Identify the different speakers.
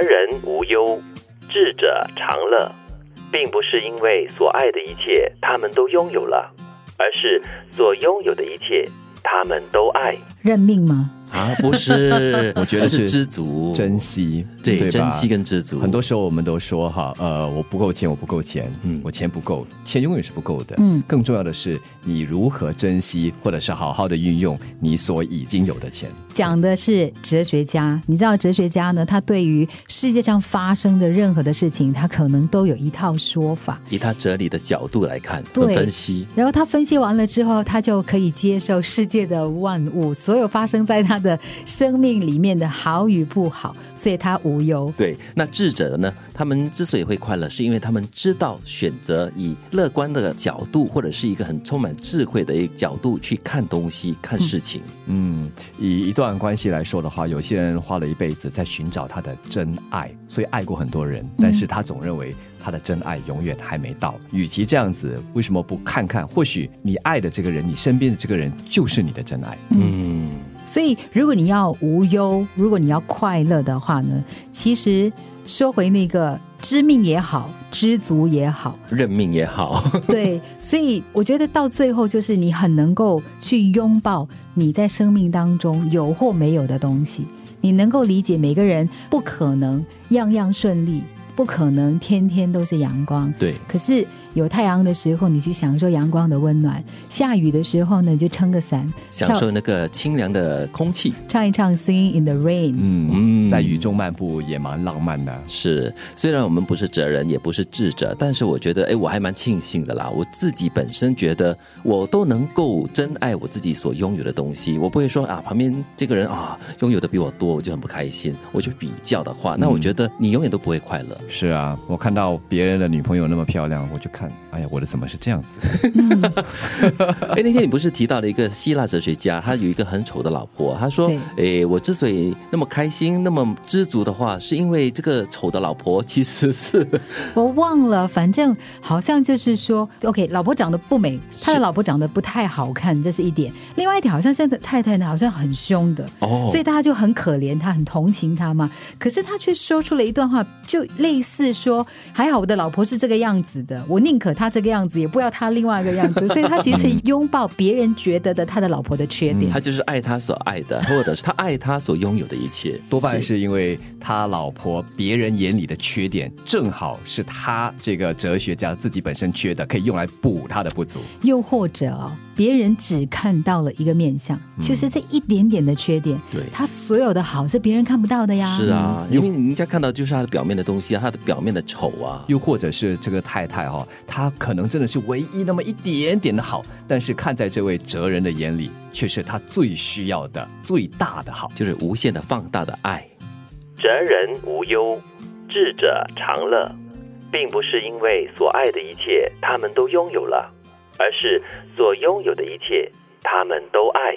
Speaker 1: 人无忧，智者常乐，并不是因为所爱的一切他们都拥有了，而是所拥有的一切他们都爱。
Speaker 2: 认命吗？
Speaker 3: 啊，不 是，
Speaker 4: 我觉得
Speaker 3: 而是
Speaker 4: 是
Speaker 3: 知足，
Speaker 4: 珍惜，
Speaker 3: 对
Speaker 4: 吧
Speaker 3: 珍惜跟知足
Speaker 4: 很多时候我们都说哈，呃，我不够钱，我不够钱，
Speaker 3: 嗯
Speaker 4: 嗯，我钱不够，钱永远是不够的，
Speaker 2: 嗯
Speaker 4: 嗯，更重要的是你如何珍惜，或者是好好的运用你所已经有的钱。
Speaker 2: 讲的是哲学家，你知道哲学家呢，他对于世界上发生的任何的事情，他可能都有一套说法。
Speaker 3: 以他哲理的角度来看和
Speaker 2: 对
Speaker 3: 分析。
Speaker 2: 然后他分析完了之后，他就可以接受世界的万物，所有发生在他的生命里面的好与不好，所以他无忧。
Speaker 3: 对，那智者呢？他们之所以会快乐，是因为他们知道选择以乐观的角度，或者是一个很充满智慧的一个角度去看东西、看事情。
Speaker 4: 嗯，以一段关系来说的话，有些人花了一辈子在寻找他的真爱，所以爱过很多人，但是他总认为他的真爱永远还没到。与其这样子，为什么不看看？或许你爱的这个人，你身边的这个人就是你的真爱。
Speaker 3: 嗯，
Speaker 2: 所以，如果你要无忧，如果你要快乐的话呢，其实说回那个知命也好，知足也好，
Speaker 3: 认命也好，
Speaker 2: 对，所以我觉得到最后就是你很能够去拥抱你在生命当中有或没有的东西，你能够理解每个人不可能样样顺利，不可能天天都是阳光。
Speaker 3: 对，
Speaker 2: 可是有太阳的时候，你去享受阳光的温暖；下雨的时候呢，你就撑个伞，
Speaker 3: 享受那个清凉的空气。
Speaker 2: 唱一唱《Singing in the Rain》。
Speaker 4: 嗯，
Speaker 3: 嗯
Speaker 4: 在雨中漫步也蛮浪漫的。
Speaker 3: 是，虽然我们不是哲人，也不是智者，但是我觉得，哎，我还蛮庆幸的啦。我自己本身觉得，我都能够珍爱我自己所拥有的东西，我不会说啊，旁边这个人啊拥有的比我多，我就很不开心。我去比较的话，那我觉得你永远都不会快乐。
Speaker 4: 是啊，我看到别人的女朋友那么漂亮，我就看，哎呀，我的怎么是这样子？
Speaker 3: 哎，那天你不是提到了一个希腊哲学家，他有一个很丑的老婆，他说，哎，我之所以那么开心、那么知足的话，是因为这个丑的老婆其实是
Speaker 2: 我忘了，反正好像就是说，OK，老婆长得不美，他的
Speaker 3: 是
Speaker 2: 老婆长得不太好看，这是一点。另外一点，好像现在太太呢，好像很凶的，
Speaker 3: 哦
Speaker 2: 所以大家就很可怜他，很同情他嘛。可是他却说出了一段话，就类似说：“还好我的老婆是这个样子的，我宁可她这个样子，也不要她另外一个样子。”所以他其实拥抱别人觉得的他的老婆的缺
Speaker 4: 嗯
Speaker 2: 点。
Speaker 3: 他就是爱他所爱的，或者是他爱他所拥有的一切。
Speaker 4: 多半是因为他老婆别人眼里的缺点，正好是他这个哲学家自己本身缺的，可以用来补他的不足。
Speaker 2: 又或者哦，别人只看到了一个面相，就是这一点点的缺点。
Speaker 3: 对
Speaker 2: 他所有的好是别人看不到的呀。
Speaker 3: 嗯是啊，
Speaker 4: 嗯
Speaker 3: 因为人家看到就是他的表面的东西啊，他的表面的丑啊。
Speaker 4: 又或者是这个太太哈、哦，她可能真的是唯一那么一点点的好，但是看在这位哲人的眼里，却是他最需要的、最大的好。
Speaker 3: 就是无限的放大的爱，
Speaker 1: 哲人无忧，智者常乐，并不是因为所爱的一切他们都拥有了，而是所拥有的一切他们都爱。